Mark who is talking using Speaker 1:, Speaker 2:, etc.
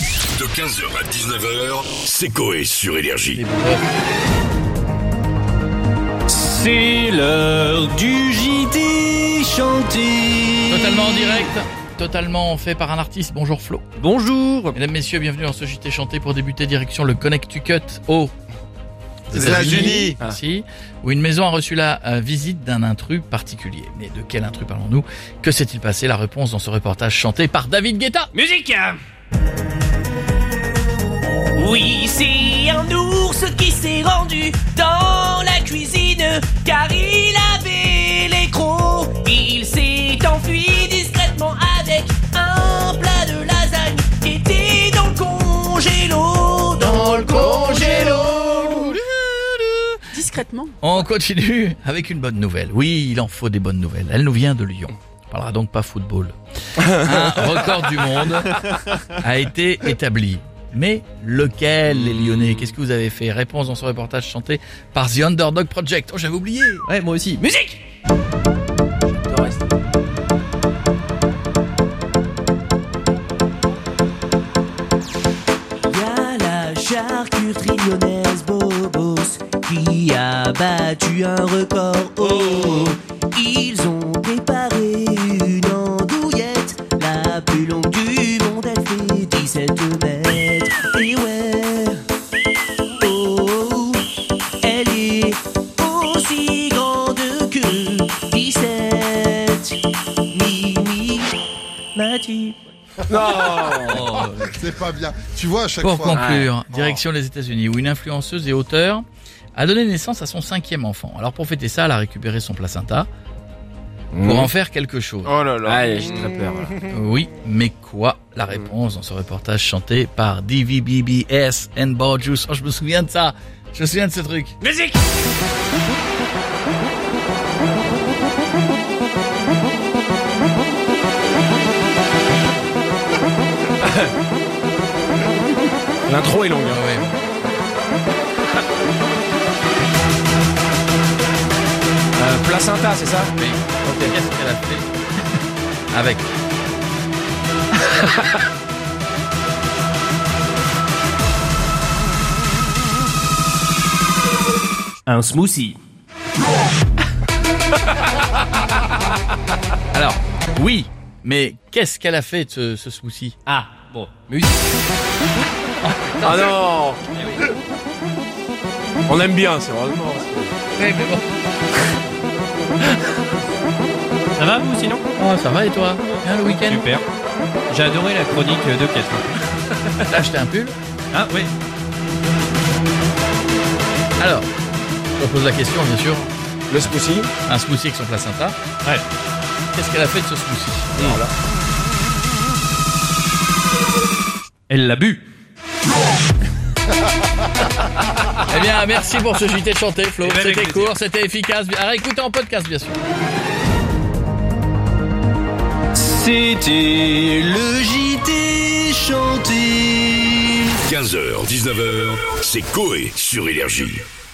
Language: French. Speaker 1: De 15h à 19h, c'est Coé sur Énergie.
Speaker 2: C'est l'heure du JT chanté.
Speaker 3: Totalement en direct, totalement fait par un artiste. Bonjour Flo.
Speaker 2: Bonjour.
Speaker 3: Mesdames, messieurs, bienvenue dans ce JT chanté pour débuter direction le Connecticut au
Speaker 2: États-Unis. Ah.
Speaker 3: Merci. où une maison a reçu la euh, visite d'un intrus particulier. Mais de quel intrus parlons-nous Que s'est-il passé La réponse dans ce reportage chanté par David Guetta.
Speaker 4: Musique Oui, c'est un ours qui s'est rendu dans la cuisine car il avait les crocs. Il s'est enfui discrètement avec un plat de lasagne qui était dans le congélo. Dans le congélo.
Speaker 5: Discrètement.
Speaker 3: On continue avec une bonne nouvelle. Oui, il en faut des bonnes nouvelles. Elle nous vient de Lyon. On parlera donc pas football. Un record du monde a été établi. Mais lequel, les Lyonnais Qu'est-ce que vous avez fait Réponse dans ce reportage chanté par The Underdog Project. Oh, j'avais oublié
Speaker 2: Ouais, moi aussi.
Speaker 4: Musique Il y a la charcuterie lyonnaise Bobos qui a battu un record. Oh, ils ont préparé une andouillette, la plus longue du monde, elle fait 17 mètres. Et ouais, oh, elle est aussi grande que 17 Mimi Mathieu.
Speaker 6: C'est pas bien. Tu vois, à chaque
Speaker 3: Pour
Speaker 6: fois.
Speaker 3: conclure, direction les États-Unis, où une influenceuse et auteure a donné naissance à son cinquième enfant. Alors pour fêter ça, elle a récupéré son placenta pour en faire quelque chose.
Speaker 7: Oh là Mmh. là.
Speaker 2: Allez, Mmh. Ah, j'ai très peur. là.
Speaker 3: Oui, mais quoi La réponse dans ce reportage chanté par DVBBS and Borjus. Oh, je me souviens de ça. Je me souviens de ce truc.
Speaker 4: Musique
Speaker 2: L'intro est longue.
Speaker 3: Ah
Speaker 2: hein.
Speaker 3: ouais.
Speaker 2: Euh, placenta, c'est ça
Speaker 3: Oui. Qu'est-ce qu'elle a fait Avec.
Speaker 4: Un smoothie.
Speaker 3: Alors, oui, mais qu'est-ce qu'elle a fait de ce, ce smoothie
Speaker 4: Ah, bon.
Speaker 7: Ah non On aime bien, c'est heureusement.
Speaker 3: Oui, mais bon.
Speaker 4: Ça va vous sinon
Speaker 3: Oh, ça va et toi Bien le week-end
Speaker 4: Super. J'ai adoré la chronique de Catherine.
Speaker 3: T'as acheté un pull
Speaker 4: Ah oui.
Speaker 3: Alors, on pose la question, bien sûr.
Speaker 7: Le smoothie
Speaker 3: Un smoothie avec son placenta.
Speaker 4: Ouais.
Speaker 3: Qu'est-ce qu'elle a fait de ce smoothie
Speaker 4: Elle l'a bu.
Speaker 3: Eh bien, merci pour ce JT de chanter, Flo.
Speaker 4: Eh ben, avec
Speaker 3: C'était
Speaker 4: plaisir.
Speaker 3: court, c'était efficace. Alors, écoutez en podcast, bien sûr.
Speaker 2: C'était le JT chanté.
Speaker 1: 15h, 19h, c'est Coé sur Énergie.